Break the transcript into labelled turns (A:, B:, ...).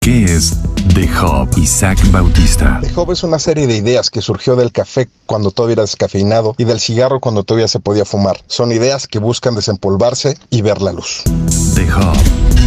A: ¿Qué es The Hub? Isaac Bautista.
B: The Hub es una serie de ideas que surgió del café cuando todo era descafeinado y del cigarro cuando todavía se podía fumar. Son ideas que buscan desempolvarse y ver la luz.
A: The Hub